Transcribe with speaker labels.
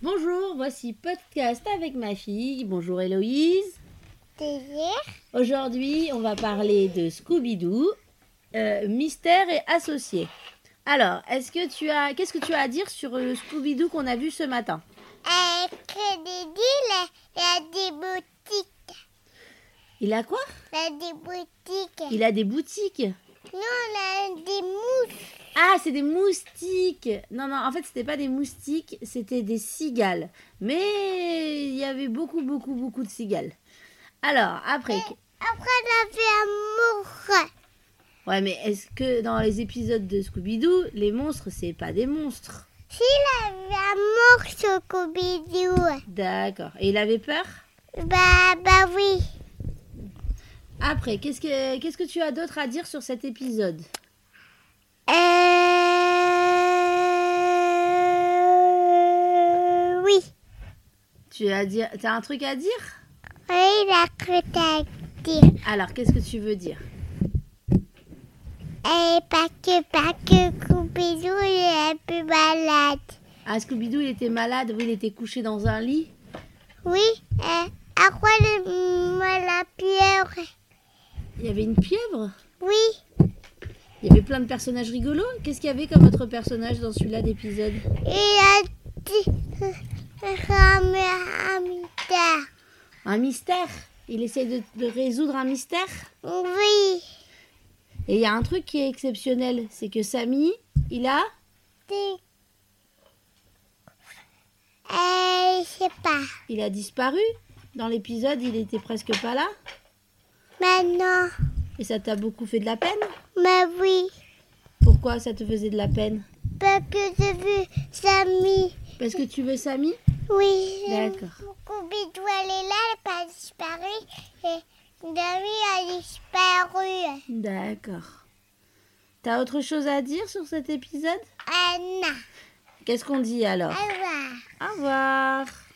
Speaker 1: Bonjour, voici Podcast avec ma fille. Bonjour Héloïse.
Speaker 2: Désir,
Speaker 1: Aujourd'hui, on va parler de Scooby-Doo, euh, mystère et associé. Alors, est-ce que tu as, qu'est-ce que tu as à dire sur le Scooby-Doo qu'on a vu ce matin
Speaker 2: avec des deals, il y a des boutiques.
Speaker 1: Il a quoi
Speaker 2: Il y a des boutiques.
Speaker 1: Il a des boutiques.
Speaker 2: Nous, on a des mousses.
Speaker 1: Ah, c'est des moustiques. Non, non, en fait, c'était pas des moustiques, c'était des cigales. Mais il y avait beaucoup, beaucoup, beaucoup de cigales. Alors, après.
Speaker 2: Après, on a fait un mort.
Speaker 1: Ouais, mais est-ce que dans les épisodes de Scooby-Doo, les monstres, c'est pas des monstres
Speaker 2: S'il avait un mort, Scooby-Doo.
Speaker 1: D'accord. Et il avait peur
Speaker 2: Bah, bah oui.
Speaker 1: Après, qu'est-ce que, qu'est-ce que tu as d'autre à dire sur cet épisode
Speaker 2: Euh... Oui.
Speaker 1: Tu as, dire, as un truc à dire
Speaker 2: Oui, il a cru t'as dit.
Speaker 1: Alors, qu'est-ce que tu veux dire
Speaker 2: Et Eh, parce que, parce que Scooby-Doo, il est un peu malade.
Speaker 1: Ah, Scooby-Doo, il était malade, oui, il était couché dans un lit.
Speaker 2: Oui, euh, à quoi le, moi, la pierre
Speaker 1: Il y avait une pieuvre
Speaker 2: Oui,
Speaker 1: Il y avait plein de personnages rigolos. Qu'est-ce qu'il y avait comme autre personnage dans celui-là d'épisode
Speaker 2: il a dit Ramirita.
Speaker 1: Un mystère. Il essaie de, de résoudre un mystère.
Speaker 2: Oui,
Speaker 1: Et il y a un truc qui est exceptionnel, c'est que Samy, il a...
Speaker 2: c'est. Euh, je sais pas.
Speaker 1: Il a disparu. Dans l'épisode, il était presque pas là.
Speaker 2: Maintenant,
Speaker 1: Et ça t'a beaucoup fait de la peine
Speaker 2: mais oui,
Speaker 1: Pourquoi ça te faisait de la peine
Speaker 2: parce que j'ai vu Samy.
Speaker 1: Parce que tu veux Samy
Speaker 2: Oui,
Speaker 1: D'accord.
Speaker 2: Scooby-Doo, elle est là, elle n'a pas disparu. Et Samy a disparu.
Speaker 1: D'accord. T'as autre chose à dire sur cet épisode
Speaker 2: Anna,
Speaker 1: Qu'est-ce qu'on dit alors
Speaker 2: au revoir.
Speaker 1: Au revoir